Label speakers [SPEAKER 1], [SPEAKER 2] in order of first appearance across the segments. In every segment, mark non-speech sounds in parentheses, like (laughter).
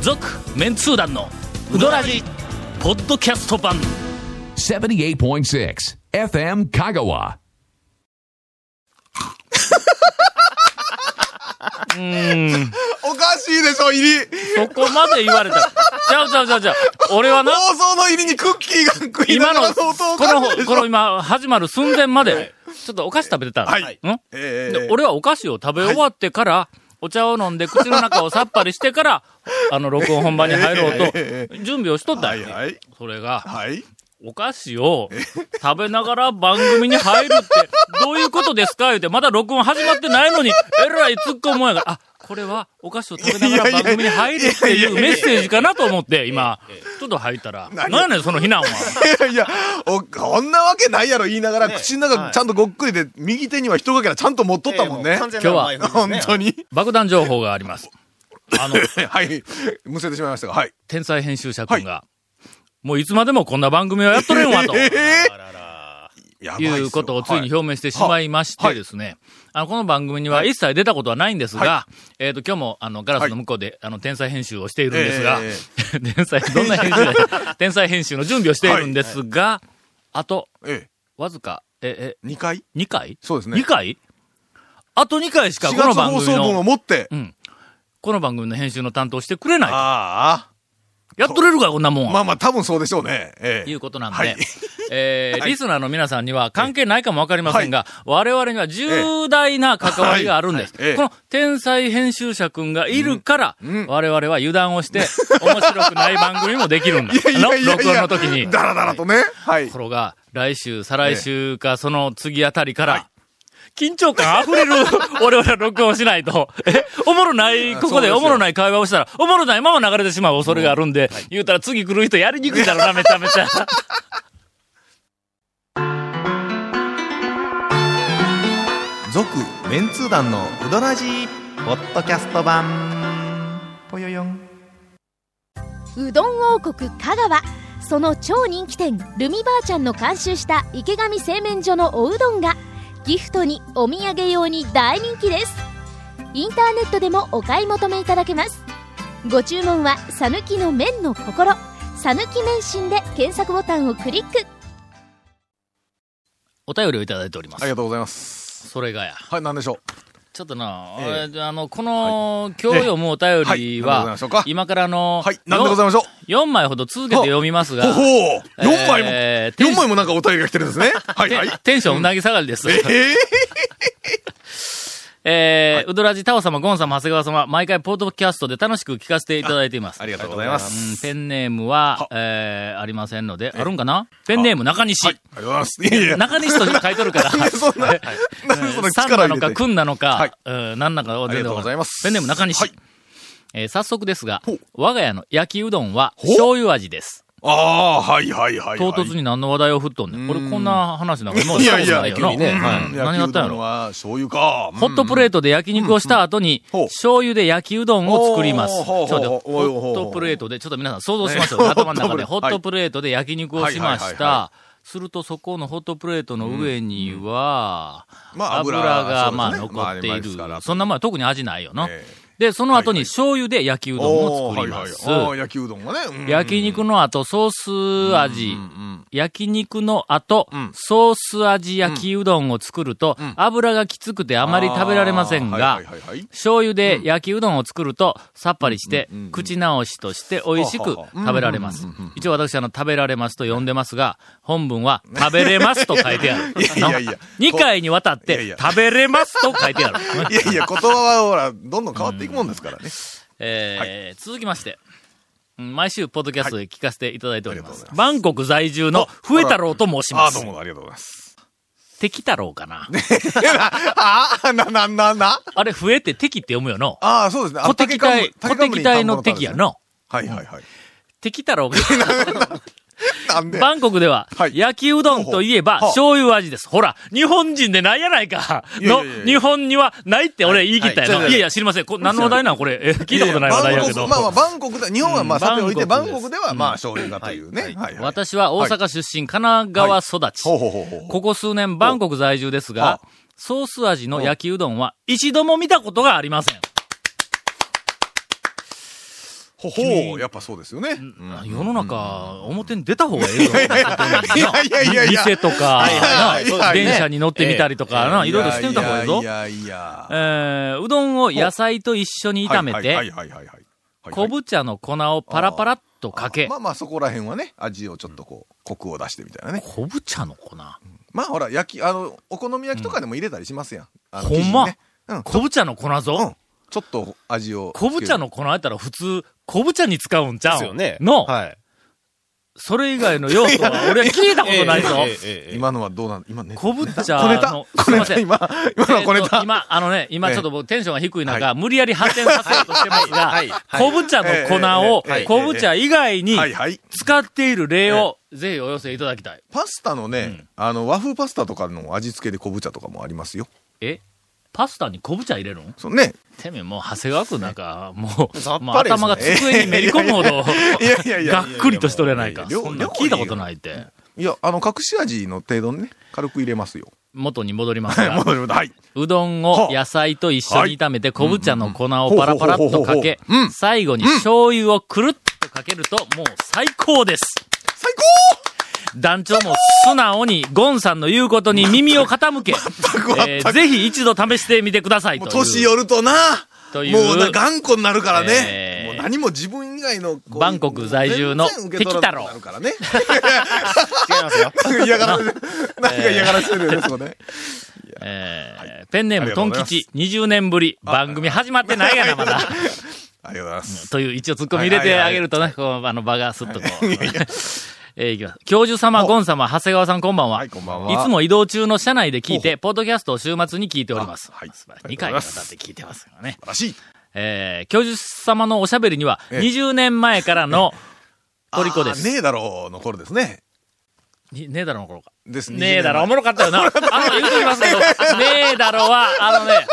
[SPEAKER 1] 続メンツー団のウドラジポッドキャスト版
[SPEAKER 2] 78.6 FM Kagawa.
[SPEAKER 3] おかしいでしょ、入り。
[SPEAKER 1] そこまで言われたらじゃあじゃあじゃあじゃあ俺はな
[SPEAKER 3] 放送の入りにクッキーが食いな
[SPEAKER 1] 今
[SPEAKER 3] が
[SPEAKER 1] のこ
[SPEAKER 3] ら相当おかしいで
[SPEAKER 1] の
[SPEAKER 3] しょ。
[SPEAKER 1] この今始まる寸前までちょっとお菓子食べてた
[SPEAKER 3] はい
[SPEAKER 1] ん
[SPEAKER 3] ええ
[SPEAKER 1] で俺はお菓子を食べ終わってからお茶を飲んで口の中をさっぱりしてからあの録音本番に入ろ
[SPEAKER 3] (laughs)
[SPEAKER 1] うと準備をしとったんや
[SPEAKER 3] はいはい
[SPEAKER 1] それが
[SPEAKER 3] はい。
[SPEAKER 1] お菓子を食べながら番組に入るってどういうことですか言うて、まだ録音始まってないのに、えらい突っ込むもんやから、あ、これはお菓子を食べながら番組に入るっていうメッセージかなと思って、今、ちょっと入ったら、何やねんその非難は。
[SPEAKER 3] いやいや、お、こんなわけないやろ言いながら、口の中ちゃんとごっくりで、右手には人かけらちゃんと持っとったもんね。
[SPEAKER 1] 今日は
[SPEAKER 3] 本当
[SPEAKER 4] に。
[SPEAKER 3] に。 (laughs)
[SPEAKER 1] 爆弾情報があります。あの、
[SPEAKER 3] はい。むせてしまいましたが、はい。
[SPEAKER 1] 天才編集者くんが、もういつまでもこんな番組はやっとれんわと。
[SPEAKER 3] ええ
[SPEAKER 4] あらら。
[SPEAKER 3] やばいっすよ
[SPEAKER 1] いうことをつい
[SPEAKER 3] は
[SPEAKER 1] に表明してしまいましてですね、あのこの番組には一切出たことはないんですが、えっ、と、今日もあのガラスの向こうで、あの天才編集をしているんですが、
[SPEAKER 3] え
[SPEAKER 1] (laughs) 天才、どんな編集
[SPEAKER 3] (laughs)
[SPEAKER 1] だ天才編集の準備をしているんですが、あと、
[SPEAKER 3] え
[SPEAKER 1] わずか、え、
[SPEAKER 3] え、2回
[SPEAKER 1] え、2回
[SPEAKER 3] そうですね
[SPEAKER 1] ?2 回あと2回しか
[SPEAKER 3] ?4
[SPEAKER 1] この
[SPEAKER 3] 月
[SPEAKER 1] 番
[SPEAKER 3] 放
[SPEAKER 1] 組
[SPEAKER 3] 送分を
[SPEAKER 1] の、
[SPEAKER 3] 持って。
[SPEAKER 1] この番組の編集の担当してくれない。
[SPEAKER 3] あ
[SPEAKER 1] やっとれるか、こんなもん
[SPEAKER 3] あ。
[SPEAKER 1] は。
[SPEAKER 3] まあまあ、多分そうでしょうね。え
[SPEAKER 1] い
[SPEAKER 3] え。
[SPEAKER 1] うことなんで、
[SPEAKER 3] はい
[SPEAKER 1] えーリスナーの皆さんには関係ないかもわかりませんが、我々には重大な関わりがあるんです。
[SPEAKER 3] はいはい
[SPEAKER 1] この天才編集者くんがいるから、我々は油断をして、面白くない番組もできるんだ。
[SPEAKER 3] (laughs) いやいやいや
[SPEAKER 1] の録音の時に。
[SPEAKER 3] だらだらとね。はい
[SPEAKER 1] と。ころが、来週、再来週か、その次あたりから、緊張感溢
[SPEAKER 3] (laughs)
[SPEAKER 1] れる、俺ら録音しないと。え、おもろない、ここで
[SPEAKER 3] そうですよ
[SPEAKER 1] おもろない会話をしたら、おもろないまま流れてしまう恐れがあるんで、言うたら次来る人やりにくいだろうな、めちゃめちゃ。
[SPEAKER 5] 続メンツー団のウドラジーポッドキャスト版ぽよよん
[SPEAKER 6] うどん王国香川その超人気店ルミばあちゃんの監修した池上製麺所のおうどんがギフトにお土産用に大人気ですインターネットでもお買い求めいただけますご注文は「さぬきの麺の心」「さぬき麺心」で検索ボタンをクリック
[SPEAKER 1] お便りをいただいておりま
[SPEAKER 3] あり
[SPEAKER 1] す。
[SPEAKER 3] がとうございます。
[SPEAKER 1] それがや。
[SPEAKER 3] はい、なんでしょう。
[SPEAKER 1] ちょっとな、
[SPEAKER 3] え
[SPEAKER 1] 俺あの、この、今日読むお便り
[SPEAKER 3] はいなんでございま
[SPEAKER 1] は
[SPEAKER 3] しょうか、
[SPEAKER 1] 今からあの、
[SPEAKER 3] はい、なんでございましょう。
[SPEAKER 1] 4枚ほど続けて読みますが、
[SPEAKER 3] ほほう !4 枚も、
[SPEAKER 1] えーテン
[SPEAKER 3] 4枚もなんかお便りが来てるんですね。はい
[SPEAKER 1] テン
[SPEAKER 3] はい。
[SPEAKER 1] テンションうなぎ下がりです。
[SPEAKER 3] ええ
[SPEAKER 1] えー、ウドラジタオ様、ゴン様、長谷川様、毎回ポートキャストで楽しく聞かせていただいています。
[SPEAKER 3] ありがとうございま
[SPEAKER 1] う
[SPEAKER 5] (laughs)
[SPEAKER 3] す。
[SPEAKER 1] んペンネームは、えー、ありませんので、あるんかなペンネーム中西。
[SPEAKER 3] ありがとうございます。いやいや、
[SPEAKER 1] 中西と書いとるから、
[SPEAKER 3] (laughs) そんな、なんで (laughs) その
[SPEAKER 1] さんな
[SPEAKER 3] 力
[SPEAKER 1] の
[SPEAKER 3] 入
[SPEAKER 1] か、
[SPEAKER 3] れて
[SPEAKER 1] くんなのか、
[SPEAKER 3] はい
[SPEAKER 1] うん、なんなのかは全然わから
[SPEAKER 3] ありがとうござ
[SPEAKER 1] ない
[SPEAKER 3] ます
[SPEAKER 1] ペンネーム中西。
[SPEAKER 3] はい
[SPEAKER 1] えー早速ですが
[SPEAKER 3] ほう、
[SPEAKER 1] 我が家の焼きうどんは
[SPEAKER 3] う
[SPEAKER 1] 醤油味です。
[SPEAKER 3] ああ、はいはいはいはい。
[SPEAKER 1] 唐突に何の話題を振っとんねん。俺こんな話なんか今まで
[SPEAKER 3] い
[SPEAKER 1] した
[SPEAKER 3] や
[SPEAKER 1] こ
[SPEAKER 3] い
[SPEAKER 1] とな
[SPEAKER 3] や、
[SPEAKER 1] いよな。
[SPEAKER 3] うん
[SPEAKER 1] うん何があったんや
[SPEAKER 3] 焼きうどん
[SPEAKER 1] ろ。
[SPEAKER 3] は醤油か。
[SPEAKER 1] ホットプレートで焼肉をした後に、
[SPEAKER 3] うんうんほう
[SPEAKER 1] 醤油で焼きうどんを作ります。ちょ
[SPEAKER 3] ほう
[SPEAKER 1] っと待って
[SPEAKER 3] ほうほうほう
[SPEAKER 1] ホットプレートで、ちょっと皆さん想像しましょう。
[SPEAKER 3] ね
[SPEAKER 1] 頭の中で。ホ
[SPEAKER 3] ホ
[SPEAKER 1] ッ
[SPEAKER 3] ッ
[SPEAKER 1] ト
[SPEAKER 3] ト
[SPEAKER 1] プレートで焼肉をしま
[SPEAKER 3] はい
[SPEAKER 1] し
[SPEAKER 3] はいはいは
[SPEAKER 1] た。するとそこのホットプレートの上には、
[SPEAKER 3] まあ
[SPEAKER 1] 油
[SPEAKER 3] 油
[SPEAKER 1] がま
[SPEAKER 3] そう
[SPEAKER 1] あ残っ
[SPEAKER 3] ですね
[SPEAKER 1] て
[SPEAKER 3] まああ
[SPEAKER 1] い
[SPEAKER 3] りますから
[SPEAKER 1] る。そんなもんは特に味ないよな
[SPEAKER 3] ええ。
[SPEAKER 1] で、その後に
[SPEAKER 3] はいはい
[SPEAKER 1] 醤油で焼きうどんを作ります
[SPEAKER 3] あ。ーはいはいあー、焼きうどんはね。うん
[SPEAKER 1] 焼肉の後ソース味、焼肉の後、
[SPEAKER 3] ん
[SPEAKER 1] ソース味焼きうどんを作ると、油がきつくてあまり食べられませんが、
[SPEAKER 3] あーはいはいはいはい
[SPEAKER 1] 醤油で焼きうどんを作ると、さっぱりして、口直しとして美味しく食べられます。一応私、あの、食べられますと呼んでますが、本文は、食べれますと書いてある。
[SPEAKER 3] (laughs) いやいやいや
[SPEAKER 1] な2回にわたっ
[SPEAKER 3] いやい
[SPEAKER 1] て
[SPEAKER 3] や、
[SPEAKER 1] 食べれますと書いてある。
[SPEAKER 3] いやい (laughs) や、言葉はほら、どんどん変わっていくもんですからね。
[SPEAKER 1] えー続きまして、うん毎週、ポッドキャストで聞かせていただいておりま
[SPEAKER 3] はいあり
[SPEAKER 1] す。
[SPEAKER 3] がとうご
[SPEAKER 1] バンコク在住の、笛太郎と申し
[SPEAKER 3] あ
[SPEAKER 1] ま
[SPEAKER 3] あ、
[SPEAKER 1] す
[SPEAKER 3] どう。もありがとうござい (laughs) ます。
[SPEAKER 1] 敵太郎かな。 (laughs)
[SPEAKER 3] ああ、な、な、な、な。
[SPEAKER 1] あれ、笛って敵って読むよの。
[SPEAKER 3] ああ、そう (laughs) ですね。あ
[SPEAKER 1] 小敵隊、小敵隊の敵や。の。
[SPEAKER 3] 竹冠竹冠に田んぼの田ですねはいはいはい。
[SPEAKER 1] 敵太
[SPEAKER 3] (laughs)
[SPEAKER 1] 郎が。
[SPEAKER 3] なんで
[SPEAKER 1] バンコクでは、
[SPEAKER 3] はい
[SPEAKER 1] 焼きうどんといえば、
[SPEAKER 3] ほうほう
[SPEAKER 1] 醤油味です。ほら、日本人でないやないか。
[SPEAKER 3] いやい
[SPEAKER 1] の
[SPEAKER 3] やいや、
[SPEAKER 1] 日本にはないって俺言い切ったや
[SPEAKER 3] はい
[SPEAKER 1] ろ。
[SPEAKER 3] はい
[SPEAKER 1] いやいや、知りません。こ何の話題なんこれ。え聞いたことない話題やけど
[SPEAKER 3] バンコク。まあまあ、バンコクだ。日本はま
[SPEAKER 1] う
[SPEAKER 3] あ、
[SPEAKER 1] ん
[SPEAKER 3] さておいて、
[SPEAKER 1] バ
[SPEAKER 3] バ
[SPEAKER 1] ン
[SPEAKER 3] ン
[SPEAKER 1] コ
[SPEAKER 3] コ
[SPEAKER 1] ク
[SPEAKER 3] ク
[SPEAKER 1] で
[SPEAKER 3] ですはまあ、少年がというね。はいはい。
[SPEAKER 1] 私は大阪出身、神奈川育ち。
[SPEAKER 3] ほうほうほうほう。
[SPEAKER 1] ここ数年、バンコク在住ですが
[SPEAKER 3] は、
[SPEAKER 1] ソース味の焼きうどんは一度も見たことがありません。
[SPEAKER 3] ほほう、やっぱそうですよね。
[SPEAKER 1] あ世の中、表に出た方がええよ。
[SPEAKER 3] いやいやいやいや。
[SPEAKER 1] 店とか
[SPEAKER 3] いはい、
[SPEAKER 1] な
[SPEAKER 3] はいはい
[SPEAKER 1] 電車に乗ってみたりとか、な、いろいろしてみた方がええぞ
[SPEAKER 3] い。やいやいや。
[SPEAKER 1] えーうどんを野菜と一緒に炒め
[SPEAKER 3] はい
[SPEAKER 1] て、
[SPEAKER 3] はいはいはいはい。
[SPEAKER 1] 昆布茶の粉をパラパラっとかけ
[SPEAKER 3] ま、あまあそこら辺はね、味をちょっとこう、コクを出してみたいなね。
[SPEAKER 1] 昆布茶の粉
[SPEAKER 3] まあほら、焼き、あの、お好み焼きとかでも入れたりしますやん。あの
[SPEAKER 1] ほんま
[SPEAKER 3] 生地にね
[SPEAKER 1] 昆布茶の粉
[SPEAKER 3] うん。う
[SPEAKER 1] ぞ
[SPEAKER 3] ん。ちょっと味を。
[SPEAKER 1] 昆布茶の粉やったら普通、昆布茶に使うんちゃ
[SPEAKER 4] で
[SPEAKER 1] う
[SPEAKER 4] すよね。
[SPEAKER 1] の、
[SPEAKER 4] はい。
[SPEAKER 1] それ以外の要素は俺は聞いたことない
[SPEAKER 3] (laughs)
[SPEAKER 1] ぞ。
[SPEAKER 4] ええええええ
[SPEAKER 3] 今のはどうなん今ね。
[SPEAKER 1] 昆布茶
[SPEAKER 3] こねた
[SPEAKER 1] の、
[SPEAKER 3] こ
[SPEAKER 1] すい
[SPEAKER 3] ね
[SPEAKER 1] ませ
[SPEAKER 3] た
[SPEAKER 1] ん。
[SPEAKER 3] 今。 (laughs) 今のはこね
[SPEAKER 1] えーと
[SPEAKER 3] た。
[SPEAKER 1] 今、あのね、今ちょっと僕テンションが低い中、
[SPEAKER 3] は
[SPEAKER 1] 無理やり発展させようとしてますが、
[SPEAKER 4] はいはい
[SPEAKER 1] 昆布茶の粉を
[SPEAKER 3] えーえーえーえーえー、
[SPEAKER 1] 昆布茶以外に
[SPEAKER 3] はいはい。
[SPEAKER 1] 使っている例を、ぜひお寄せいただきたい。
[SPEAKER 3] パスタのね、あの、和風パスタとかの味付けで昆布茶とかもありますよ。
[SPEAKER 1] えパスタに昆布茶入れるん
[SPEAKER 3] そうね。
[SPEAKER 1] てめえ、もう、長谷川くんなんか、もう、
[SPEAKER 4] さっぱりですね
[SPEAKER 1] もう頭が机にめり込むほど、
[SPEAKER 3] いやいやい
[SPEAKER 1] が
[SPEAKER 3] や
[SPEAKER 1] っ。くりとしとれないか。
[SPEAKER 3] いやいや
[SPEAKER 1] そんな聞いたことないって。
[SPEAKER 3] いや、あの、隠し味の程度にね、軽く入れますよ。
[SPEAKER 1] 元に戻ります
[SPEAKER 3] はい、
[SPEAKER 1] が、
[SPEAKER 3] 戻ります。はい。
[SPEAKER 1] うどんを野菜と一緒に炒めて、昆布茶の粉をパラパラっとかけ
[SPEAKER 3] うんうん、
[SPEAKER 1] 最後に醤油をくるっとかけると、もう最高です。
[SPEAKER 3] 最
[SPEAKER 1] 団長も素直にゴンさんの言うことに耳を傾け、えーぜひ一度試してみてください
[SPEAKER 3] 高も
[SPEAKER 1] というう。
[SPEAKER 3] 年寄るとな、
[SPEAKER 1] という
[SPEAKER 3] もうな頑固になるからね。
[SPEAKER 1] えー
[SPEAKER 3] もう何も自分以外のこう。
[SPEAKER 1] バンコク在住の
[SPEAKER 3] 全然受け取らなくなるからね。
[SPEAKER 4] 違いますよ。
[SPEAKER 3] (laughs) 嫌が
[SPEAKER 1] (laughs)
[SPEAKER 3] らせ、何か嫌がらせてるよね、そこね。
[SPEAKER 1] えーペンネームトン吉20年ぶり番組始まってないやなまだ
[SPEAKER 3] ありがとうございます。
[SPEAKER 1] という一応ツッコミ入れてあげるとね、こうあの場がスッとこ
[SPEAKER 3] (laughs)
[SPEAKER 1] う。 (laughs) えーいきます。教授様、ゴン様、長谷川さん、こんばんは。
[SPEAKER 3] はいこんばんはい
[SPEAKER 1] つも移動中の車内で聞いて、ポッドキャストを週末に聞いております。
[SPEAKER 3] あはい
[SPEAKER 1] 素晴らしい2回にわたって聞いてますからね。
[SPEAKER 3] 素晴らしい。
[SPEAKER 1] えー教授様のおしゃべりには、
[SPEAKER 3] ええ
[SPEAKER 1] 20年前から
[SPEAKER 3] (laughs)
[SPEAKER 1] のトリコで
[SPEAKER 3] あ
[SPEAKER 1] す。
[SPEAKER 3] ーねえだろうの頃ですね。
[SPEAKER 1] にねえだろの頃か。
[SPEAKER 3] です
[SPEAKER 1] ねえだろ、お
[SPEAKER 3] 20
[SPEAKER 1] もろか
[SPEAKER 3] (laughs)
[SPEAKER 1] ったよな。あの、言うときますけど、ねえだろは、あの
[SPEAKER 3] (laughs)
[SPEAKER 1] ね、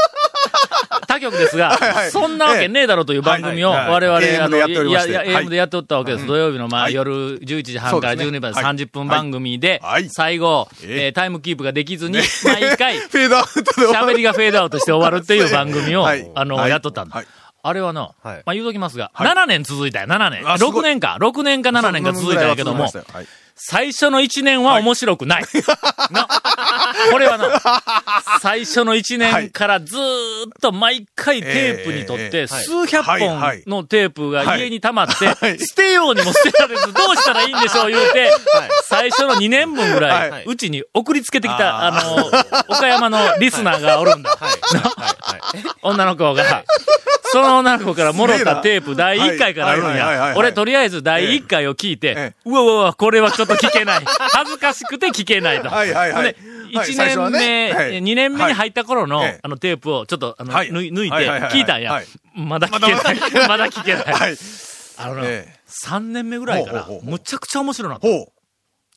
[SPEAKER 1] 他局ですが、
[SPEAKER 3] はい
[SPEAKER 1] そんなわけねえだろという番組を、
[SPEAKER 3] はいはい
[SPEAKER 1] 我々、
[SPEAKER 3] はい
[SPEAKER 1] あ
[SPEAKER 3] AM でやって
[SPEAKER 1] の、
[SPEAKER 3] おり
[SPEAKER 1] い
[SPEAKER 3] ま
[SPEAKER 1] や、
[SPEAKER 3] して
[SPEAKER 1] いや、
[SPEAKER 3] はい
[SPEAKER 1] AM でやっとったわけです。土曜日の、まあ、
[SPEAKER 3] はい
[SPEAKER 1] 夜11時半から
[SPEAKER 3] そうです
[SPEAKER 1] 12
[SPEAKER 3] ね
[SPEAKER 1] 時まで
[SPEAKER 3] はい
[SPEAKER 1] 30分番組で
[SPEAKER 3] はい、
[SPEAKER 1] 最後、
[SPEAKER 3] ええ
[SPEAKER 1] えータイムキープができずに、毎
[SPEAKER 3] (laughs)
[SPEAKER 1] 回、
[SPEAKER 3] フェードアウト
[SPEAKER 1] (laughs)
[SPEAKER 3] で終わる
[SPEAKER 1] 喋りがフェードアウトして終わるっていう番組を、
[SPEAKER 3] はい
[SPEAKER 1] あの、
[SPEAKER 3] はい
[SPEAKER 1] やっとったんだ。
[SPEAKER 3] はい
[SPEAKER 1] あれは
[SPEAKER 4] は
[SPEAKER 1] な、
[SPEAKER 4] い
[SPEAKER 1] まあ言うときますが、7年続いたよ、7年。
[SPEAKER 3] あすご
[SPEAKER 1] 6
[SPEAKER 3] い
[SPEAKER 1] 年か、6年か7年か続いたんやけども
[SPEAKER 3] そ、んなぐらいは続きましたよ
[SPEAKER 1] 最初の1年は面白くない。なこれはな、最初の1年からずーっと毎回テープにとっ
[SPEAKER 3] ええ
[SPEAKER 1] て、
[SPEAKER 3] ええはい
[SPEAKER 1] 数百本のテープが家に溜まって、
[SPEAKER 3] はい
[SPEAKER 1] 捨てようにも捨てられず、どうしたらいいんでしょう言うて、最初の2年分ぐらい、
[SPEAKER 4] はいう
[SPEAKER 1] ちに送りつけてきた、
[SPEAKER 3] あ
[SPEAKER 1] あの、岡山のリスナーがおるんだ。
[SPEAKER 4] はい。はい。はい。
[SPEAKER 1] (laughs) 女の子が、その女の子からもろたテープ第1回からあるん
[SPEAKER 3] はいはいはいはいは
[SPEAKER 1] や
[SPEAKER 3] い。
[SPEAKER 1] 俺とりあえず第1回を聞い
[SPEAKER 3] え
[SPEAKER 1] て
[SPEAKER 3] え、
[SPEAKER 1] うわうわうわ、これはちょっと聞け
[SPEAKER 3] (laughs)
[SPEAKER 1] ない。恥ずかしくて聞けないと。
[SPEAKER 3] はいはいはい
[SPEAKER 1] で
[SPEAKER 3] はい
[SPEAKER 1] 1
[SPEAKER 3] 最初は
[SPEAKER 1] 年
[SPEAKER 3] ねは
[SPEAKER 1] 目、
[SPEAKER 3] い
[SPEAKER 1] 2年目に入った頃の
[SPEAKER 3] はいええ
[SPEAKER 1] あのテープをちょっとあの
[SPEAKER 3] はい
[SPEAKER 1] 抜い抜いて
[SPEAKER 3] はいはいはいはい
[SPEAKER 1] 聞いたんや
[SPEAKER 3] はい。
[SPEAKER 1] まだ聞けない。 (laughs) まだ聞けない。
[SPEAKER 3] はい。
[SPEAKER 1] あの
[SPEAKER 3] はい。
[SPEAKER 1] ね、
[SPEAKER 3] ええ
[SPEAKER 1] 3年目ぐらいから
[SPEAKER 3] ほうほうほうほう
[SPEAKER 1] むちゃくちゃ面白いなった。
[SPEAKER 3] ほう。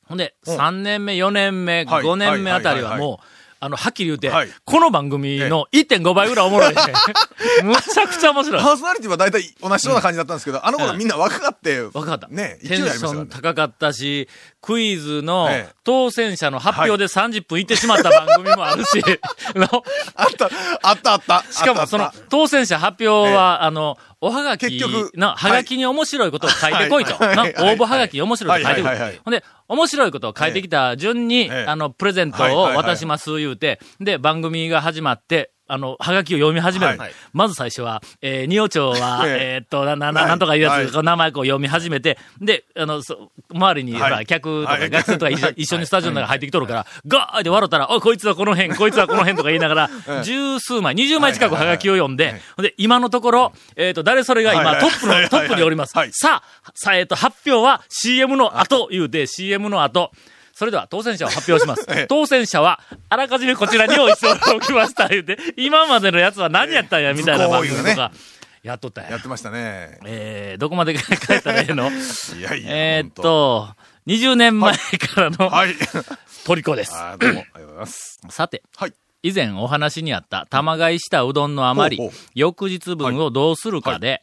[SPEAKER 1] ほんで、
[SPEAKER 3] うん
[SPEAKER 1] 3年目、4年目、
[SPEAKER 3] はい
[SPEAKER 1] 5年目あたりは
[SPEAKER 3] はいはい
[SPEAKER 1] もう、あの、はっきり言うて
[SPEAKER 3] はい、
[SPEAKER 1] この番組の1.5倍ぐらいおも
[SPEAKER 3] (laughs)
[SPEAKER 1] ろいね。むちゃくちゃ面白い。
[SPEAKER 3] パーソナリティは大体同じような感じだったんですけど、あの頃
[SPEAKER 1] うん
[SPEAKER 3] みんな若かって。
[SPEAKER 1] わかった。
[SPEAKER 3] ねえ
[SPEAKER 1] テンシ
[SPEAKER 3] 勢いありましたか
[SPEAKER 1] ョ
[SPEAKER 3] ら
[SPEAKER 1] ン
[SPEAKER 3] ね
[SPEAKER 1] 高かったし、クイズの
[SPEAKER 3] ええ
[SPEAKER 1] 当選者の発表で30分いってしまった番組もある
[SPEAKER 3] (laughs)
[SPEAKER 1] し、の
[SPEAKER 3] あった、あったあった。
[SPEAKER 1] (laughs) しかもそ
[SPEAKER 3] あ
[SPEAKER 1] の
[SPEAKER 3] ったあっ
[SPEAKER 1] 当選者発表は、あの、おはがき
[SPEAKER 3] 結局
[SPEAKER 1] の、はがきに面白いことを書いてこいと。
[SPEAKER 3] はい
[SPEAKER 1] な
[SPEAKER 3] はいはい
[SPEAKER 1] 応募はがきに面白いことを書いてこ
[SPEAKER 3] はいはいはい
[SPEAKER 1] い。ほんで、面白いことを書いてきた順に、
[SPEAKER 3] ええ
[SPEAKER 1] あの、プレゼント
[SPEAKER 3] はい
[SPEAKER 1] を
[SPEAKER 3] はいはい
[SPEAKER 1] 渡します言うて、で、番組が始まって、あの、はがきを読み始める。
[SPEAKER 3] はい
[SPEAKER 1] まず最初は、えー、二葉町は、
[SPEAKER 3] (laughs) え
[SPEAKER 1] えーっと、な、な、
[SPEAKER 3] は
[SPEAKER 1] ないなんとかいう
[SPEAKER 3] は
[SPEAKER 1] や
[SPEAKER 3] い
[SPEAKER 1] つ、こう名前こう読み始めて、で、あの、そ周りに、
[SPEAKER 3] はい
[SPEAKER 1] ほら客とか
[SPEAKER 3] はい
[SPEAKER 1] 学生とか一緒一緒にスタジオの中入ってきとるから、ガーって笑ったら、おい、こいつはこの辺、こいつはこの辺とか言いな
[SPEAKER 3] (laughs)
[SPEAKER 1] がら、十数枚、二十枚近くはがきを読んで、ほんで、今のところ、えっと、誰それが
[SPEAKER 3] はい
[SPEAKER 1] 今
[SPEAKER 3] はい
[SPEAKER 1] トップ
[SPEAKER 3] はいは
[SPEAKER 1] の、
[SPEAKER 3] い
[SPEAKER 1] トップにおります
[SPEAKER 3] はい。
[SPEAKER 1] さあ、さあ、えっと、発表は CM の後、言うて、CM の後、それでは当選者を発表します
[SPEAKER 3] (laughs) ええ。
[SPEAKER 1] 当選者は、あらかじめこちらに用意しておきま
[SPEAKER 3] (laughs)
[SPEAKER 1] した、言うて、今までのやつは何やったんや、みたいな番組と
[SPEAKER 3] 図工いう
[SPEAKER 1] か、やっとったん
[SPEAKER 3] たや
[SPEAKER 1] や
[SPEAKER 3] っ。てましたね。
[SPEAKER 1] えー、どこまで書いたらええの
[SPEAKER 3] いやいや。
[SPEAKER 1] えーっと、20年前からの
[SPEAKER 3] ほんと。はい。 (laughs)
[SPEAKER 1] トリコです。
[SPEAKER 3] あーどうも、ありがとうございます。
[SPEAKER 1] さて、
[SPEAKER 3] はい。
[SPEAKER 1] 以前お話にあった玉買いしたうどんの余
[SPEAKER 3] ほ
[SPEAKER 1] り
[SPEAKER 3] うほう、
[SPEAKER 1] 翌日分をどうするかで、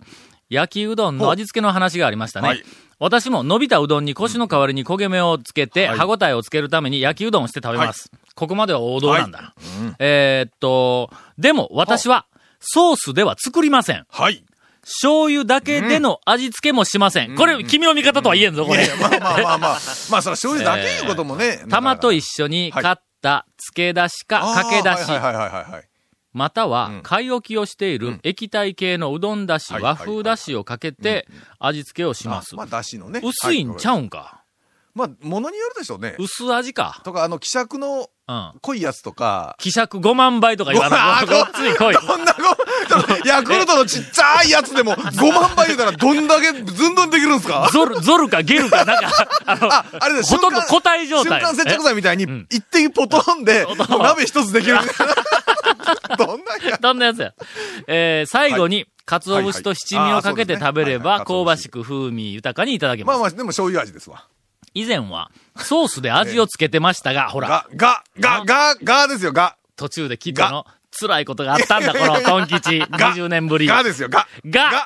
[SPEAKER 1] 焼きうどんの味付けの話がありましたね。
[SPEAKER 3] はい
[SPEAKER 1] 私も伸びたうどんに腰の代わりに焦げ目をつけて、
[SPEAKER 3] はい
[SPEAKER 1] 歯ごたえをつけるために焼きうどんをして食べます。ここまでは王道なんだ。えーっと、でも私はソースでは作りません。
[SPEAKER 3] はい。
[SPEAKER 1] 醤油だけでの味付けもしません。これ、君の味方とは言えんぞ、これ。
[SPEAKER 3] まあまあまあまあ。まあ、それは醤油だけいうこともね。
[SPEAKER 1] 玉と一
[SPEAKER 3] 緒
[SPEAKER 1] 緒に
[SPEAKER 3] はい
[SPEAKER 1] 買った漬け出しかかけ出し、
[SPEAKER 3] はいはいはいはいはい。
[SPEAKER 1] または
[SPEAKER 3] ん
[SPEAKER 1] 買い置きをしている液体系のうどんだし、
[SPEAKER 3] はい
[SPEAKER 1] 和風だしをかけて味付けをします。
[SPEAKER 3] まあ、だしのね。
[SPEAKER 1] 薄いんちゃ
[SPEAKER 3] う
[SPEAKER 1] うんか。
[SPEAKER 3] まあ、ものによるでしょうね。
[SPEAKER 1] 薄味か。
[SPEAKER 3] とか、あの、希釈の
[SPEAKER 1] うん。
[SPEAKER 3] 濃いやつとか。
[SPEAKER 1] 希釈5万倍とか言わない。
[SPEAKER 3] ご
[SPEAKER 1] ごっつい濃い。
[SPEAKER 3] こんなご、ヤクルトのちっちゃいやつでも5万倍言うたらどんだけずんどんできるんすか
[SPEAKER 1] ゾル、ゾルかゲルか、なんか、あの、
[SPEAKER 3] あ、あれです
[SPEAKER 1] ほとんど固体状
[SPEAKER 3] 瞬
[SPEAKER 1] 態。
[SPEAKER 3] 間接着剤みたいに
[SPEAKER 1] ん
[SPEAKER 3] 一滴ポトンで、もう鍋一つできる。どんな
[SPEAKER 1] え
[SPEAKER 3] や
[SPEAKER 1] どんなやつや。えー、最後に、鰹節と七味をかけて
[SPEAKER 3] はいはいあー
[SPEAKER 1] 食べれば、
[SPEAKER 3] そうですねはいは
[SPEAKER 1] 香
[SPEAKER 3] い
[SPEAKER 1] ばしく風味豊かにいただけま
[SPEAKER 3] ますあ。まあ、でも醤油味ですわ。
[SPEAKER 1] 以前は、ソースで味をつけてましたが、ほら、
[SPEAKER 3] が、が、が、が、がですよ、が。
[SPEAKER 1] 途中で切ったの、辛いことがあったんだ、このトン吉。
[SPEAKER 3] が
[SPEAKER 1] 20年ぶり。
[SPEAKER 3] がですよ、が。
[SPEAKER 1] が
[SPEAKER 3] が、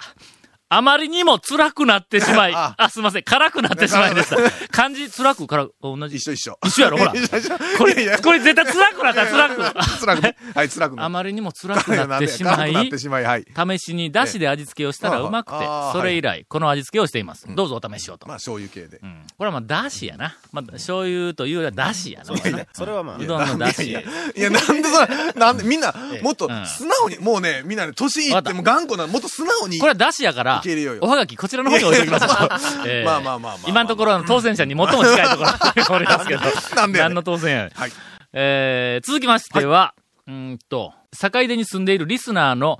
[SPEAKER 1] あまりにも辛くなってしまい、あ
[SPEAKER 3] あ
[SPEAKER 1] すいません、辛くなってしまいました。漢字、辛く、辛く、同じ。
[SPEAKER 3] 一緒一緒。
[SPEAKER 1] 一緒やろほら
[SPEAKER 3] 一緒一緒
[SPEAKER 1] こ
[SPEAKER 3] いや
[SPEAKER 1] れ、
[SPEAKER 3] いや
[SPEAKER 1] これ絶対辛くなった、辛く。
[SPEAKER 3] 辛
[SPEAKER 1] (laughs)
[SPEAKER 3] くね。はい、辛くね。
[SPEAKER 1] あまりにも辛くなってしま
[SPEAKER 3] 辛くないって、しまい、はい。
[SPEAKER 1] 試しに出汁で味付けをしたら
[SPEAKER 3] ええ
[SPEAKER 1] うまくて
[SPEAKER 3] あ、あ
[SPEAKER 1] それ以来、この味付けをしています。どうぞお試しをと。
[SPEAKER 3] まあ、醤油系で。
[SPEAKER 1] うんこれはまあ、出汁やな。まあ、醤油というよりは出汁やな。
[SPEAKER 4] それはまあ
[SPEAKER 1] う、どんの出
[SPEAKER 3] い
[SPEAKER 1] 汁
[SPEAKER 3] や。、いやなんでそれ、なんで、み
[SPEAKER 1] (laughs)
[SPEAKER 3] んな、もっと
[SPEAKER 1] うん
[SPEAKER 3] 素直に、もうね、みんなね、年いっても頑固な、もっと素直に。
[SPEAKER 1] これは出汁やから
[SPEAKER 3] いけるよ、よ
[SPEAKER 1] おはがきこちらの方に置いておきましょう
[SPEAKER 3] いや。
[SPEAKER 1] ええ
[SPEAKER 3] まあまあまあまあまあ
[SPEAKER 1] 今のところ、当選者に最も近いところおりますけど。
[SPEAKER 3] (laughs) なんでや
[SPEAKER 1] 何
[SPEAKER 3] ねん
[SPEAKER 1] の当選やねん
[SPEAKER 3] はい。
[SPEAKER 1] えー続きましては、うーんと、坂出に住んでいるリスナーの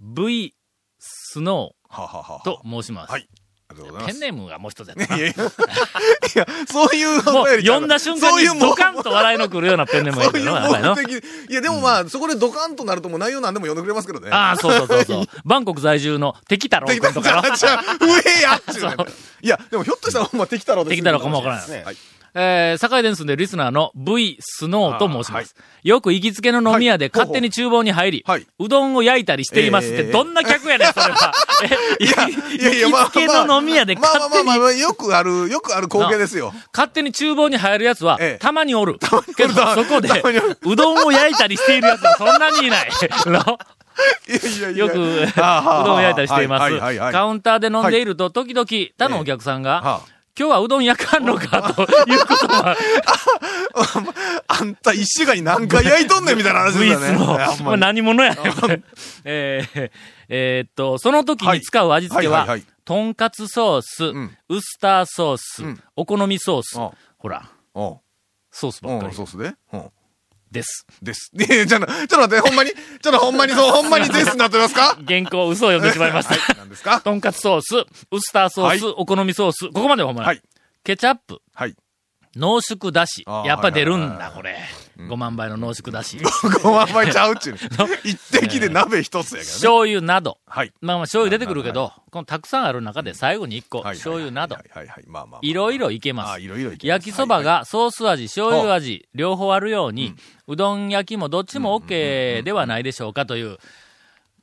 [SPEAKER 1] V スノ
[SPEAKER 3] ははは
[SPEAKER 1] ーと申します。
[SPEAKER 3] はいありがとうご
[SPEAKER 1] ペ
[SPEAKER 3] ざい
[SPEAKER 1] ン
[SPEAKER 3] ます。
[SPEAKER 1] ネームがもう一つやった
[SPEAKER 3] い
[SPEAKER 1] な。
[SPEAKER 3] やいや、そういう
[SPEAKER 1] も
[SPEAKER 3] お
[SPEAKER 1] う
[SPEAKER 3] 便りちゃ
[SPEAKER 1] 読
[SPEAKER 3] う
[SPEAKER 1] んだ瞬間
[SPEAKER 3] そういう
[SPEAKER 1] に
[SPEAKER 3] も
[SPEAKER 1] ドカンと笑いのくるようなペンネームがい
[SPEAKER 3] そう
[SPEAKER 1] る
[SPEAKER 3] い
[SPEAKER 1] よな、やっぱりな
[SPEAKER 3] う目的。いや、でもまあ、そこでドカンとなるともう内容なんでも読んでくれますけどね。
[SPEAKER 1] ああ、そう
[SPEAKER 3] (laughs)
[SPEAKER 1] そうそうそう。バンコク在住の敵太郎
[SPEAKER 3] で
[SPEAKER 1] 君
[SPEAKER 3] きた
[SPEAKER 1] とかの。
[SPEAKER 3] じゃあ、上やっちゅうね。いや、でもひょっとしたらほんまできたろう
[SPEAKER 1] 敵太郎かもわから
[SPEAKER 4] で
[SPEAKER 1] ん
[SPEAKER 4] す。ね。
[SPEAKER 1] えー、堺電通でリスナーの V スノーと申します。よく行きつけの飲み屋で
[SPEAKER 3] はいほう
[SPEAKER 1] 勝
[SPEAKER 3] ほう
[SPEAKER 1] 手に厨房に入り、
[SPEAKER 3] はいう
[SPEAKER 1] どんを焼いたりしていますって、
[SPEAKER 3] ええ
[SPEAKER 1] どんな客やねん、それは。え、
[SPEAKER 3] (laughs) いやいや、まあ、
[SPEAKER 1] 行きつけの飲み屋で
[SPEAKER 3] まあ
[SPEAKER 1] 勝
[SPEAKER 3] まあ
[SPEAKER 1] 手に
[SPEAKER 3] まあ、まあ、よくある、よくある光景ですよ。
[SPEAKER 1] 勝手に厨房に入るやつは
[SPEAKER 3] ええ、
[SPEAKER 1] たまにおる。けど、
[SPEAKER 3] たま
[SPEAKER 1] そこで
[SPEAKER 3] たまにおる、
[SPEAKER 1] うどんを焼いたりしているやつはそんなにい
[SPEAKER 3] (laughs)
[SPEAKER 1] ない。の
[SPEAKER 3] いやいやいや。
[SPEAKER 1] よく、う
[SPEAKER 3] あーはーはー
[SPEAKER 1] どんを焼いたりしていま
[SPEAKER 3] は
[SPEAKER 1] す。
[SPEAKER 3] いはいはい
[SPEAKER 1] カウンターで飲んでいると、時々、他のお客さんが、
[SPEAKER 3] は
[SPEAKER 1] 今日はうどん焼かんのか、ということは、
[SPEAKER 3] あ、あんた一週間に何回焼いとんねんみたいな話
[SPEAKER 1] ウ
[SPEAKER 3] で
[SPEAKER 1] イ
[SPEAKER 3] す
[SPEAKER 1] ス
[SPEAKER 3] よね。 (laughs) いやほん
[SPEAKER 1] の、
[SPEAKER 3] まに
[SPEAKER 1] 何者やねんこれ。 (laughs) えーえーっと、その時に使う味付け
[SPEAKER 3] はいは
[SPEAKER 1] は
[SPEAKER 3] いはいはい、
[SPEAKER 1] とんかつソース、
[SPEAKER 3] ん
[SPEAKER 1] ウスターソース、
[SPEAKER 3] うん
[SPEAKER 1] お好みソース
[SPEAKER 3] あ、
[SPEAKER 1] ほら、
[SPEAKER 3] うん
[SPEAKER 1] ソースばっ
[SPEAKER 3] う
[SPEAKER 1] か
[SPEAKER 3] ん、
[SPEAKER 1] り
[SPEAKER 3] そうっすね。うん。
[SPEAKER 1] です。
[SPEAKER 3] です。 (laughs) いやいや、ちょっと、ちょっと待って、ほんまに、ちょっとほんまに、そう、ほんまにですになってます
[SPEAKER 1] (laughs)
[SPEAKER 3] か
[SPEAKER 1] 原稿、嘘を読んでしまいまし
[SPEAKER 3] は
[SPEAKER 1] た。
[SPEAKER 3] 何ですか
[SPEAKER 1] とんかつソース、ウスターソース、
[SPEAKER 3] は
[SPEAKER 1] お好みソース、ここまではほんまに
[SPEAKER 3] はい
[SPEAKER 1] ケチャップ、
[SPEAKER 3] はい。
[SPEAKER 1] 濃縮だし
[SPEAKER 3] あ。ー
[SPEAKER 1] やっぱ出るん
[SPEAKER 3] はいはい
[SPEAKER 1] だ、これ。5万倍の濃縮だし。
[SPEAKER 3] ごまんまいちゃうっちゅう
[SPEAKER 1] (laughs)
[SPEAKER 3] ね。一滴で鍋一つやからね。
[SPEAKER 1] 醤油など。
[SPEAKER 3] はい。
[SPEAKER 1] まあまあ醤油出てくるけど、このたくさんある中で最後に1個、
[SPEAKER 3] はい
[SPEAKER 1] 醤油など
[SPEAKER 3] は。いはいはいはい。まあまあまあ。
[SPEAKER 1] いろいろいけま
[SPEAKER 3] あ
[SPEAKER 1] す
[SPEAKER 3] あ、。いろいろいけます
[SPEAKER 1] 焼きそば
[SPEAKER 3] は
[SPEAKER 1] がソース味、醤油味、両方あるように、うどん焼きもどっちも OK ではないでしょうかという、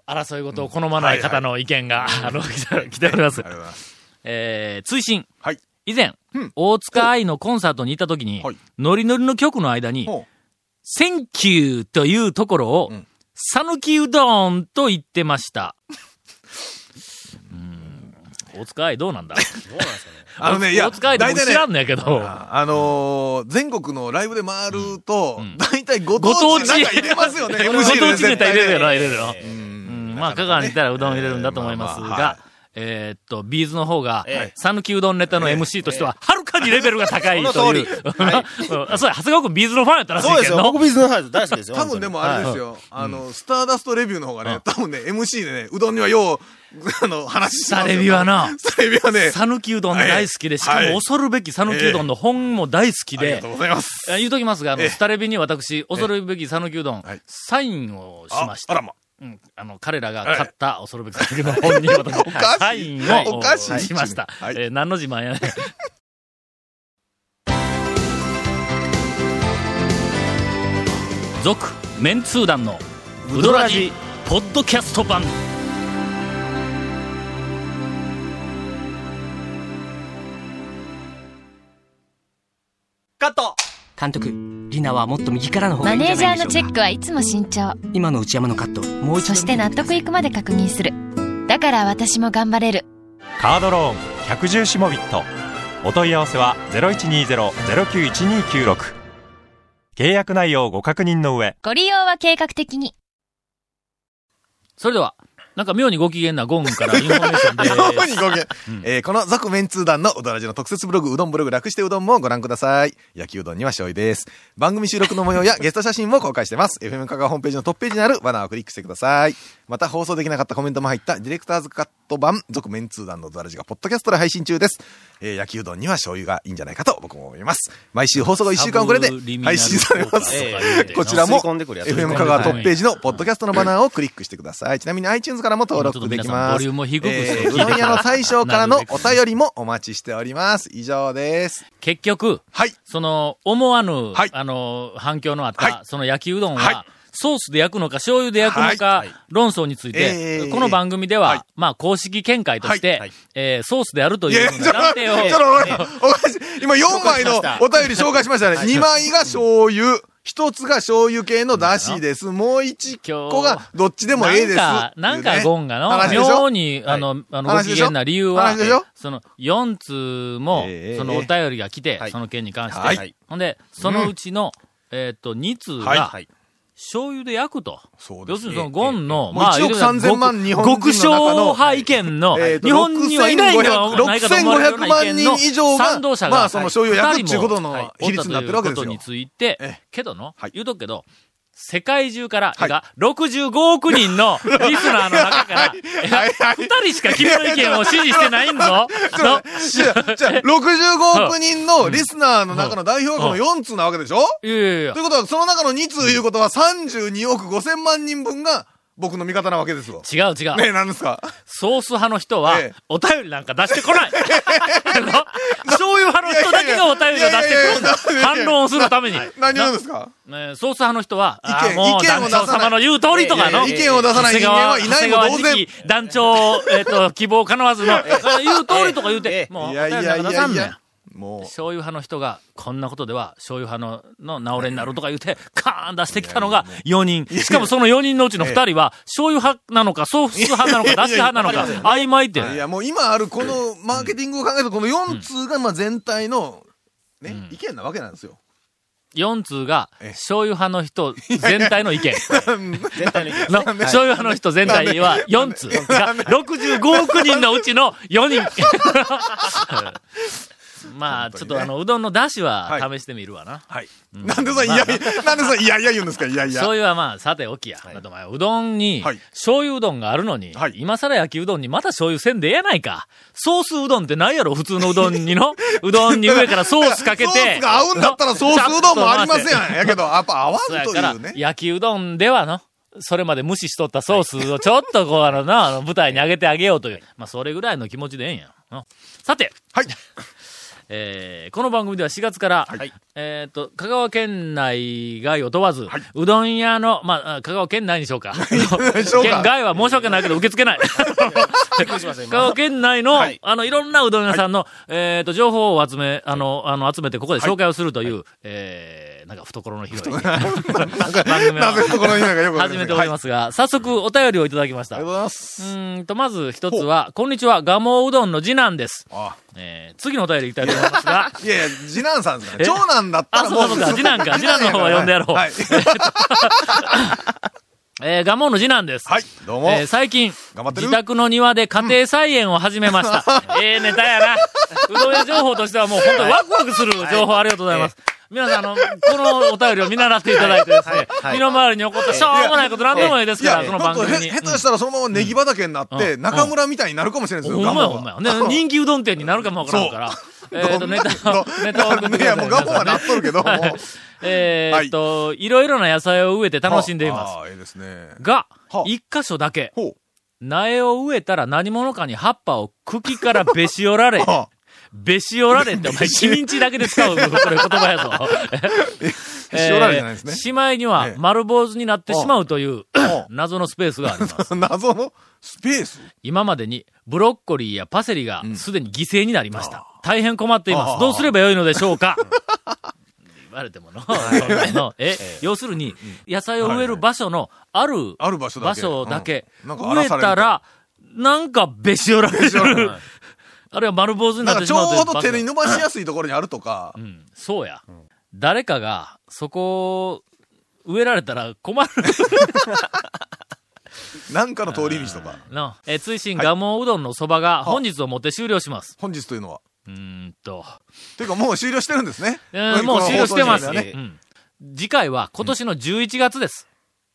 [SPEAKER 1] 争い事を好まない方の意見が、 (laughs) あの、来て来ておりま
[SPEAKER 3] い
[SPEAKER 1] す
[SPEAKER 3] はいありが。とうございます。
[SPEAKER 1] えー、追伸。
[SPEAKER 3] はい。
[SPEAKER 1] 以前、大塚愛のコンサートに行った時に
[SPEAKER 3] はい、
[SPEAKER 1] ノリノリの曲の間に、
[SPEAKER 3] ほう
[SPEAKER 1] センキューというところを
[SPEAKER 3] ん、
[SPEAKER 1] さぬきうどんと言ってま
[SPEAKER 3] (laughs)
[SPEAKER 1] した。うーん、大塚愛どうなんだ
[SPEAKER 3] あのね、いや、
[SPEAKER 1] 大塚愛って僕知らんのやけど。
[SPEAKER 3] ああのー、全国のライブで回ると、大体ご
[SPEAKER 1] ご当
[SPEAKER 3] 当地
[SPEAKER 1] 地
[SPEAKER 3] なんか入れますよ
[SPEAKER 1] (laughs)
[SPEAKER 3] ね。
[SPEAKER 1] ご当地ネタ入れるよな、
[SPEAKER 3] い。
[SPEAKER 1] 入れるよ。うんまあ、香川にいたらうどん入れるんだと思います
[SPEAKER 3] まあまあは
[SPEAKER 1] が
[SPEAKER 3] い、
[SPEAKER 1] えーっと、ビーズの方が
[SPEAKER 4] ええ、
[SPEAKER 1] 讃岐うどんネタの MC としては、はるかにレベルが高い
[SPEAKER 4] その
[SPEAKER 1] と
[SPEAKER 4] 通
[SPEAKER 1] い
[SPEAKER 4] り
[SPEAKER 1] う。うん (laughs) あそうや、長谷川君ビーズのファンやったらし
[SPEAKER 4] そう
[SPEAKER 1] い
[SPEAKER 4] で
[SPEAKER 1] け
[SPEAKER 4] す
[SPEAKER 1] ど
[SPEAKER 4] よ。僕ビズのハイズ大好きですよ。
[SPEAKER 3] 多分でもあれですよ、あの、スターダストレビューの方がね、多分ね、MC でね、うどんにはよう、あの、話し
[SPEAKER 1] ス
[SPEAKER 3] てま
[SPEAKER 1] タ
[SPEAKER 3] すよ
[SPEAKER 1] レビはな、
[SPEAKER 3] スタレビはね、
[SPEAKER 1] 讃岐うどん大好きで、しか
[SPEAKER 3] は
[SPEAKER 1] も
[SPEAKER 3] い
[SPEAKER 1] 恐るべき讃岐うどんの本も大好き
[SPEAKER 3] あり
[SPEAKER 1] で
[SPEAKER 3] がと、うございます。
[SPEAKER 1] え言うときますが、あの、
[SPEAKER 3] ええ
[SPEAKER 1] スタレビに私、恐るべき讃岐うどん
[SPEAKER 3] はい、
[SPEAKER 1] サインをしまし
[SPEAKER 3] あ
[SPEAKER 1] た
[SPEAKER 3] あら。ま。
[SPEAKER 1] うん、あの、彼らが買った恐るべき作の本に
[SPEAKER 3] (laughs)
[SPEAKER 1] 私、
[SPEAKER 3] かし
[SPEAKER 1] (laughs)
[SPEAKER 3] い
[SPEAKER 1] サインを
[SPEAKER 3] おかしい
[SPEAKER 1] しました。
[SPEAKER 3] はい
[SPEAKER 1] えー何の自慢やねん。 (laughs) 続、メンツー団の、ウドラジ、ポッドキャスト版。
[SPEAKER 4] カット
[SPEAKER 7] 監督、リナはもっと右からの方が
[SPEAKER 8] マ
[SPEAKER 7] いいんじ
[SPEAKER 8] ネー
[SPEAKER 7] ゃ
[SPEAKER 8] ジ
[SPEAKER 7] ないでしょ
[SPEAKER 8] ャー
[SPEAKER 7] うか
[SPEAKER 8] のチェックはいつも慎重
[SPEAKER 7] 今の内山のカットもう一度
[SPEAKER 8] そして納得いくまで確認するだから私も頑張れる
[SPEAKER 9] カードローン110シモビットお問い合わせは0120-091296契約内容ご確認の上
[SPEAKER 8] ご利用は計画的に
[SPEAKER 1] それでは、なんか妙にご機嫌なゴンからインフォメーション
[SPEAKER 3] (laughs)
[SPEAKER 1] です。
[SPEAKER 3] 主にご機嫌 (laughs) えーこの続メンツー団のうどらじの特設ブログ、うどんブログ楽してうどんもご覧ください。焼きうどんには醤油です。番組収録の模様やゲスト写真も公開してます。FM 香川ホームページのトップページにあるバナーをクリックしてください。また放送できなかったコメントも入ったディレクターズカット版、続メンツー団のうどらじがポッドキャストで配信中です。えー焼きうどんには醤油がいいんじゃないかと僕も思います。毎週放送が1週間遅れで配信されます。こちらも
[SPEAKER 4] 吸い込んでくるやつ
[SPEAKER 3] FM 香川トップページのポッドキャストのバナーをクリックしてください。ちなみに iTunes からも登録できます。
[SPEAKER 1] ちょっと皆さんボリュームを低くして聞いて
[SPEAKER 3] うどん屋の大将から (laughs) のお便りもお待ちしております。以上です。
[SPEAKER 1] 結局、
[SPEAKER 3] はい。
[SPEAKER 1] その、思わぬ、
[SPEAKER 3] はい
[SPEAKER 1] あの、反響のあった、
[SPEAKER 3] は
[SPEAKER 1] その焼きうどんは、
[SPEAKER 3] はい
[SPEAKER 1] ソースで焼くのか醤油で焼くのか、
[SPEAKER 3] はい
[SPEAKER 1] 論争につい
[SPEAKER 3] え
[SPEAKER 1] て、
[SPEAKER 3] ー
[SPEAKER 1] この番組では、
[SPEAKER 3] はい
[SPEAKER 1] まあ、公式見解として、
[SPEAKER 3] はい
[SPEAKER 4] はい
[SPEAKER 1] えーソースであると
[SPEAKER 3] い
[SPEAKER 1] いう
[SPEAKER 3] や、
[SPEAKER 1] ふ
[SPEAKER 3] ち
[SPEAKER 1] う
[SPEAKER 3] ょ
[SPEAKER 1] な
[SPEAKER 3] っ
[SPEAKER 1] 断
[SPEAKER 3] と、
[SPEAKER 1] 定
[SPEAKER 3] ち
[SPEAKER 1] を、
[SPEAKER 3] ょっとおかしい、おかしい。今4枚のお便り紹介しましたね。2枚が醤油、1つが醤油系のだしです。もう1個がどっちでもええです。
[SPEAKER 1] なんか、なんかゴンがの、
[SPEAKER 3] 話でしょ
[SPEAKER 1] 妙に、あの、あの、ご
[SPEAKER 3] 話
[SPEAKER 1] 機
[SPEAKER 3] でしょ
[SPEAKER 1] 嫌な理由は
[SPEAKER 3] 話でしょ、
[SPEAKER 1] その、4通も
[SPEAKER 3] え、え
[SPEAKER 1] そのお便りが来て
[SPEAKER 4] は、い
[SPEAKER 1] その件に関し
[SPEAKER 3] は
[SPEAKER 1] て
[SPEAKER 4] い。
[SPEAKER 1] ほんで、そのうちの、えーっと、2通
[SPEAKER 3] はい
[SPEAKER 1] が
[SPEAKER 4] は、い。
[SPEAKER 1] 醤油で焼くと。
[SPEAKER 3] そうで
[SPEAKER 1] 要
[SPEAKER 3] す
[SPEAKER 1] す
[SPEAKER 3] ね
[SPEAKER 1] るにそのゴンの、
[SPEAKER 3] ええもう1億3000万
[SPEAKER 1] 言う
[SPEAKER 3] 日
[SPEAKER 1] たら
[SPEAKER 3] 本人の中の
[SPEAKER 1] 極小派意見の、
[SPEAKER 3] えーと
[SPEAKER 1] 日本にはいないのではないかと思われるような意
[SPEAKER 3] 6500
[SPEAKER 1] 見の
[SPEAKER 3] 万人以上が
[SPEAKER 1] 賛同者が、
[SPEAKER 3] まあその醤油を焼くっていうことの
[SPEAKER 1] はい
[SPEAKER 3] 比率になってるわけですよ
[SPEAKER 1] おったということについて
[SPEAKER 3] ええ、
[SPEAKER 1] けどの
[SPEAKER 3] はい、
[SPEAKER 1] 言うとくけど、世界中から、
[SPEAKER 3] はい
[SPEAKER 1] が65億人のリスナーの中から、え
[SPEAKER 3] はいはい
[SPEAKER 1] 二人しか君の意見を支持してないん
[SPEAKER 3] (laughs)
[SPEAKER 1] ぞ。の
[SPEAKER 3] じゃあ、
[SPEAKER 1] (laughs)
[SPEAKER 3] じゃあ65億人のリスナーの中の代表格の4通なわけでしょ
[SPEAKER 1] いやいやいや
[SPEAKER 3] ということは、その中の2通いうことは32億5000万人分が僕の味方なわけですよ。
[SPEAKER 1] 違う違う。
[SPEAKER 3] ねえ、何ですか
[SPEAKER 1] ソース派の人は
[SPEAKER 3] ええ、
[SPEAKER 1] お便りなんか出して
[SPEAKER 3] (laughs)
[SPEAKER 1] こない。の醤油派の人だけがお便りを出してくるんだ
[SPEAKER 3] いやいやいやいやいやいやいやいやい。
[SPEAKER 1] 反
[SPEAKER 3] や
[SPEAKER 1] 論をするために。
[SPEAKER 3] 何を
[SPEAKER 1] な
[SPEAKER 3] 言うんですか
[SPEAKER 1] ねえソース派の人は、あ
[SPEAKER 3] 意見
[SPEAKER 1] ーもう
[SPEAKER 3] 意見
[SPEAKER 1] 団
[SPEAKER 3] を出さな
[SPEAKER 1] 長
[SPEAKER 3] い
[SPEAKER 1] 様の言う通りとかの。
[SPEAKER 3] いやいや意見を出さない人間はいないも同
[SPEAKER 1] 長谷
[SPEAKER 3] 然
[SPEAKER 1] 川次期団長、えっと、希望かなわ
[SPEAKER 3] (laughs)
[SPEAKER 1] ずの、言う通りとか言う
[SPEAKER 4] え
[SPEAKER 1] て、
[SPEAKER 4] え
[SPEAKER 1] もうお
[SPEAKER 3] い
[SPEAKER 1] 便
[SPEAKER 3] や
[SPEAKER 1] り
[SPEAKER 3] いや
[SPEAKER 1] な
[SPEAKER 3] いや
[SPEAKER 1] んか
[SPEAKER 3] い
[SPEAKER 1] 出さ
[SPEAKER 3] や
[SPEAKER 1] ん
[SPEAKER 3] い
[SPEAKER 1] ねん
[SPEAKER 3] や。。も
[SPEAKER 1] 醤油派の人が、こんなことでは、醤油派の、の、治れになるとか言うて、カーン出してきたのが4人。しかもその4人のうちの2人は、醤油派なのか、ソース派なのか、だし派なのか、曖昧って。
[SPEAKER 3] う、いや、もう今あるこのマーケティングを考えると、この4通がまあ全体の、ね、意見なわけなんですよ。
[SPEAKER 1] 4通が、
[SPEAKER 3] ええ
[SPEAKER 1] 醤油派の人全体の意見。
[SPEAKER 4] 全体の意見
[SPEAKER 1] の醤油派の人全体は4通が、65億人のうちの4人。まあ、ちょっとあの、うどんの出汁は試してみるわな。
[SPEAKER 3] はい。なんでそんないやいや、なんでそんないやいや言うんですかいやいや。
[SPEAKER 1] 醤油はまあ、さておきや。だってお前、うどんに、
[SPEAKER 3] はい
[SPEAKER 1] 醤油うどんがあるのに、
[SPEAKER 3] はい
[SPEAKER 1] 今更焼きうどんにまた醤油せんでええやないか。ソースうどんってないやろ、普通のうどんに
[SPEAKER 3] (laughs)
[SPEAKER 1] の。うどんに上からソースかけて。
[SPEAKER 3] ソースが合うんだったらソースうどんもありません
[SPEAKER 1] ちゃっと
[SPEAKER 3] やん。やけど、やっぱ合わん
[SPEAKER 1] そうや
[SPEAKER 3] と
[SPEAKER 1] か
[SPEAKER 3] い
[SPEAKER 1] ら
[SPEAKER 3] う、ね。
[SPEAKER 1] 焼きうどんではの、それまで無視しとったソースをちょっとこう、あの
[SPEAKER 3] (laughs)
[SPEAKER 1] な、あの舞台に上げてあげようという、まあそれぐらいの気持ちでええんや。のさて、
[SPEAKER 3] はい。
[SPEAKER 1] えーこの番組では4月から、
[SPEAKER 3] はい
[SPEAKER 1] えっ、と、香川県内外を問わず、うどん屋の、まああ、香川県内にしようか。
[SPEAKER 3] (laughs) しょうか
[SPEAKER 1] 県外は申し訳ないけど受け付け
[SPEAKER 3] (laughs)
[SPEAKER 1] ない。
[SPEAKER 4] びっくりしました、
[SPEAKER 1] 香川
[SPEAKER 4] 今。
[SPEAKER 1] 県内の、
[SPEAKER 4] はい
[SPEAKER 1] あの、いろんなうどん屋さんの、えっ、と、情報を集め、あの、あの、集めてここで紹介をするという、えーなんか懐の広い番組を
[SPEAKER 3] なぜ懐の意味がよく
[SPEAKER 1] 始
[SPEAKER 3] わかりません
[SPEAKER 1] めておりますが、早速お便りをいただきました。
[SPEAKER 3] ありがと
[SPEAKER 1] う
[SPEAKER 3] うございます。
[SPEAKER 1] ーんと、まず一つは、こんにちは、ガモうどんの次男です。
[SPEAKER 3] あ
[SPEAKER 1] えー次のお便りいきたいと思いますが、
[SPEAKER 3] いやいや、次男さんですか
[SPEAKER 1] え
[SPEAKER 3] ね。長男だったらも
[SPEAKER 1] あそうかそうか次男か次男の方は呼んでやろう
[SPEAKER 3] はい。
[SPEAKER 1] えーガモの次男です。
[SPEAKER 3] はい、どうも。
[SPEAKER 1] えー最近、
[SPEAKER 3] 頑張ってる
[SPEAKER 1] 自宅の庭で家庭菜園を始めま
[SPEAKER 3] (laughs)
[SPEAKER 1] した。ええネタやな。うどん屋情報としてはもう本当にワクワクする情報ありがとうございます。皆さん、あの、このお便りを見習っていただいてですね、身の回りに起こったしょうもないこと何でもいいです
[SPEAKER 3] い
[SPEAKER 1] か
[SPEAKER 3] や、
[SPEAKER 1] ら、
[SPEAKER 3] ち
[SPEAKER 1] こ
[SPEAKER 3] ょ
[SPEAKER 1] の
[SPEAKER 3] っと
[SPEAKER 1] 番組に。
[SPEAKER 3] へ下手したらそのままネギ畑になって、
[SPEAKER 1] うん
[SPEAKER 3] 中村みたいになるかもしれないです
[SPEAKER 1] ほ
[SPEAKER 3] よ、
[SPEAKER 1] んまやほんま
[SPEAKER 3] は。 (laughs)
[SPEAKER 1] や。ね人気うどん店になるかもわからんから。えっと、ネタを、 (laughs) ネタを送ってください。
[SPEAKER 3] いや、もうガモは
[SPEAKER 1] 皆
[SPEAKER 3] な
[SPEAKER 1] さん
[SPEAKER 3] っとるけど、もう
[SPEAKER 1] はいえーっと、いろいろな野菜を植えて (laughs) 楽しんでいます
[SPEAKER 3] あ。あ、いいですね。
[SPEAKER 1] が
[SPEAKER 3] はあ、
[SPEAKER 1] 一箇所だけ、
[SPEAKER 3] ほう。
[SPEAKER 1] 苗を植えたら何者かに葉っぱを茎
[SPEAKER 3] (laughs)
[SPEAKER 1] からべし折られ、
[SPEAKER 3] あ
[SPEAKER 1] べし折られってお
[SPEAKER 3] (laughs)
[SPEAKER 1] 前、君んちだけで使う、これ言葉やぞ。
[SPEAKER 3] あ、しおられじゃないですね。
[SPEAKER 1] しまいには
[SPEAKER 3] ええ
[SPEAKER 1] 丸坊主になってしまうという
[SPEAKER 3] あ
[SPEAKER 1] (laughs) 謎のスペースがあります。
[SPEAKER 3] (laughs) 謎のスペース
[SPEAKER 1] 今までにブロッコリーやパセリがすでに犠牲になりました。大変困っていま
[SPEAKER 3] あ
[SPEAKER 1] す。
[SPEAKER 3] あ
[SPEAKER 1] どうすればよいのでしょうか言われてもの。そんな
[SPEAKER 3] (laughs)
[SPEAKER 1] のえ、要するに、野菜を植える場所のある
[SPEAKER 3] ある場所だけ
[SPEAKER 1] 場所だけ、
[SPEAKER 3] うんなんか荒
[SPEAKER 1] 植
[SPEAKER 3] ら
[SPEAKER 1] え
[SPEAKER 3] される
[SPEAKER 1] たら、なんか、べしおられて
[SPEAKER 3] (laughs)
[SPEAKER 1] る。あるいは丸坊主になん
[SPEAKER 3] な
[SPEAKER 1] っ
[SPEAKER 3] か
[SPEAKER 1] て
[SPEAKER 3] ち
[SPEAKER 1] し
[SPEAKER 3] ょ
[SPEAKER 1] まうという
[SPEAKER 3] うど手に伸ばしやすいところにあるとか
[SPEAKER 1] う、ん、そうや。誰かが、そこ、植えられたら困
[SPEAKER 3] (laughs)
[SPEAKER 1] る。
[SPEAKER 3] なんかの通り道とか。
[SPEAKER 1] なえー、追伸蒲生うどんのそばが本日をもって終了します。
[SPEAKER 3] 本日というのは。
[SPEAKER 1] うーんと。
[SPEAKER 3] というかもう終了してるんですね。
[SPEAKER 1] えーもう終了してます
[SPEAKER 3] この放送時点では
[SPEAKER 1] ね。
[SPEAKER 3] ね
[SPEAKER 1] うん次回は今年の11月です。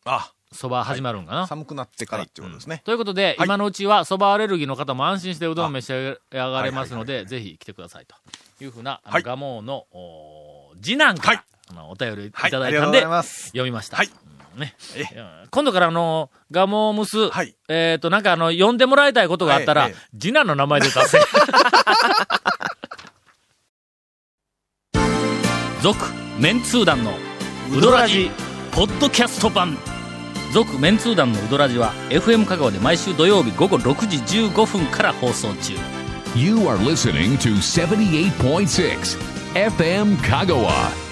[SPEAKER 3] あ、
[SPEAKER 1] そば始まるんかな。
[SPEAKER 3] 寒くなってからっていうことですね。
[SPEAKER 1] ということで、
[SPEAKER 3] はい
[SPEAKER 1] 今のうちはそばアレルギーの方も安心してうどんを召し上がれますので、ぜひ来てくださいというふうな、あ
[SPEAKER 3] は
[SPEAKER 1] の、
[SPEAKER 3] い
[SPEAKER 1] 蒲生の、お次男から、
[SPEAKER 3] はい
[SPEAKER 1] あのお便りい
[SPEAKER 3] はい、
[SPEAKER 1] ただ
[SPEAKER 3] あ
[SPEAKER 1] い
[SPEAKER 3] りが
[SPEAKER 1] た
[SPEAKER 3] とうんござ
[SPEAKER 1] で、
[SPEAKER 3] います。
[SPEAKER 1] 読みました。
[SPEAKER 3] はい
[SPEAKER 1] うんね、うん今度からあの、ガモムス、
[SPEAKER 3] はい
[SPEAKER 1] えっ、と、なんかあの、呼んでもらいたいことがあったら、
[SPEAKER 3] はいええ
[SPEAKER 1] 次男の名前で出
[SPEAKER 3] (laughs)
[SPEAKER 1] せ。続、メンツー団の、ウドラジ、ポッドキャスト版。続、メンツー団のウドラジは、FM 香川で毎週土曜日午後6時15分から放送中。
[SPEAKER 2] You are listening to 78.6 FM Kagawa.